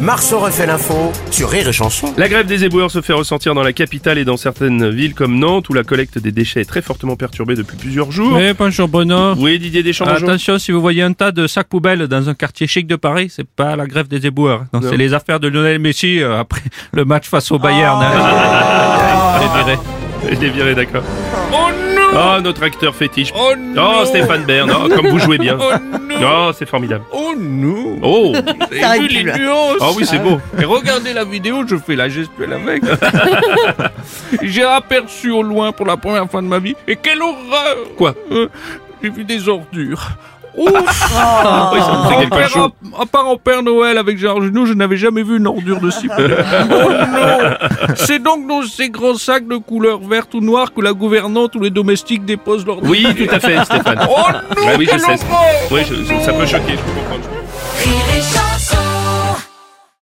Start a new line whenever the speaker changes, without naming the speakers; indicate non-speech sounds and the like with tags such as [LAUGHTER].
Marceau refait l'info sur Rire et Chanson.
La grève des éboueurs se fait ressentir dans la capitale et dans certaines villes comme Nantes où la collecte des déchets est très fortement perturbée depuis plusieurs jours.
Oui, Eh, bonjour Bruno.
Oui, Didier Deschamps. bonjour.
Attention, si vous voyez un tas de sacs poubelles dans un quartier chic de Paris, c'est pas la grève des éboueurs. Non,
Non.
c'est les affaires de Lionel Messi euh, après [LAUGHS] le match face au Bayern.
Ah.
hein. Il est viré.
[LAUGHS] Je l'ai viré, d'accord. Oh non Oh, notre acteur fétiche. Oh Stéphane Bern, oh, comme vous jouez bien. Oh c'est formidable.
Oh non
Oh
T'as vu les nuances
Ah
Oh oui, c'est beau.
Et regardez la vidéo, je fais la
[LAUGHS]
gestuelle avec. J'ai aperçu au loin pour la première fois de ma vie. Et quelle horreur
Quoi
Euh, J'ai vu des ordures.
[LAUGHS]
Ouf
Oui, ça me fait
en
quelque
père,
chose.
à, à part en Père Noël avec Gérard Genoux, je n'avais jamais vu une ordure de si près. Oh non C'est donc dans ces grands sacs de couleur verte ou noire que la gouvernante ou les domestiques déposent leurs
Oui, tout à fait, Stéphane.
Oh non
Bah oui, je
quelle
sais.
horreur
Oui, je- ça peut choquer, je peux comprendre.
Rire et chanson.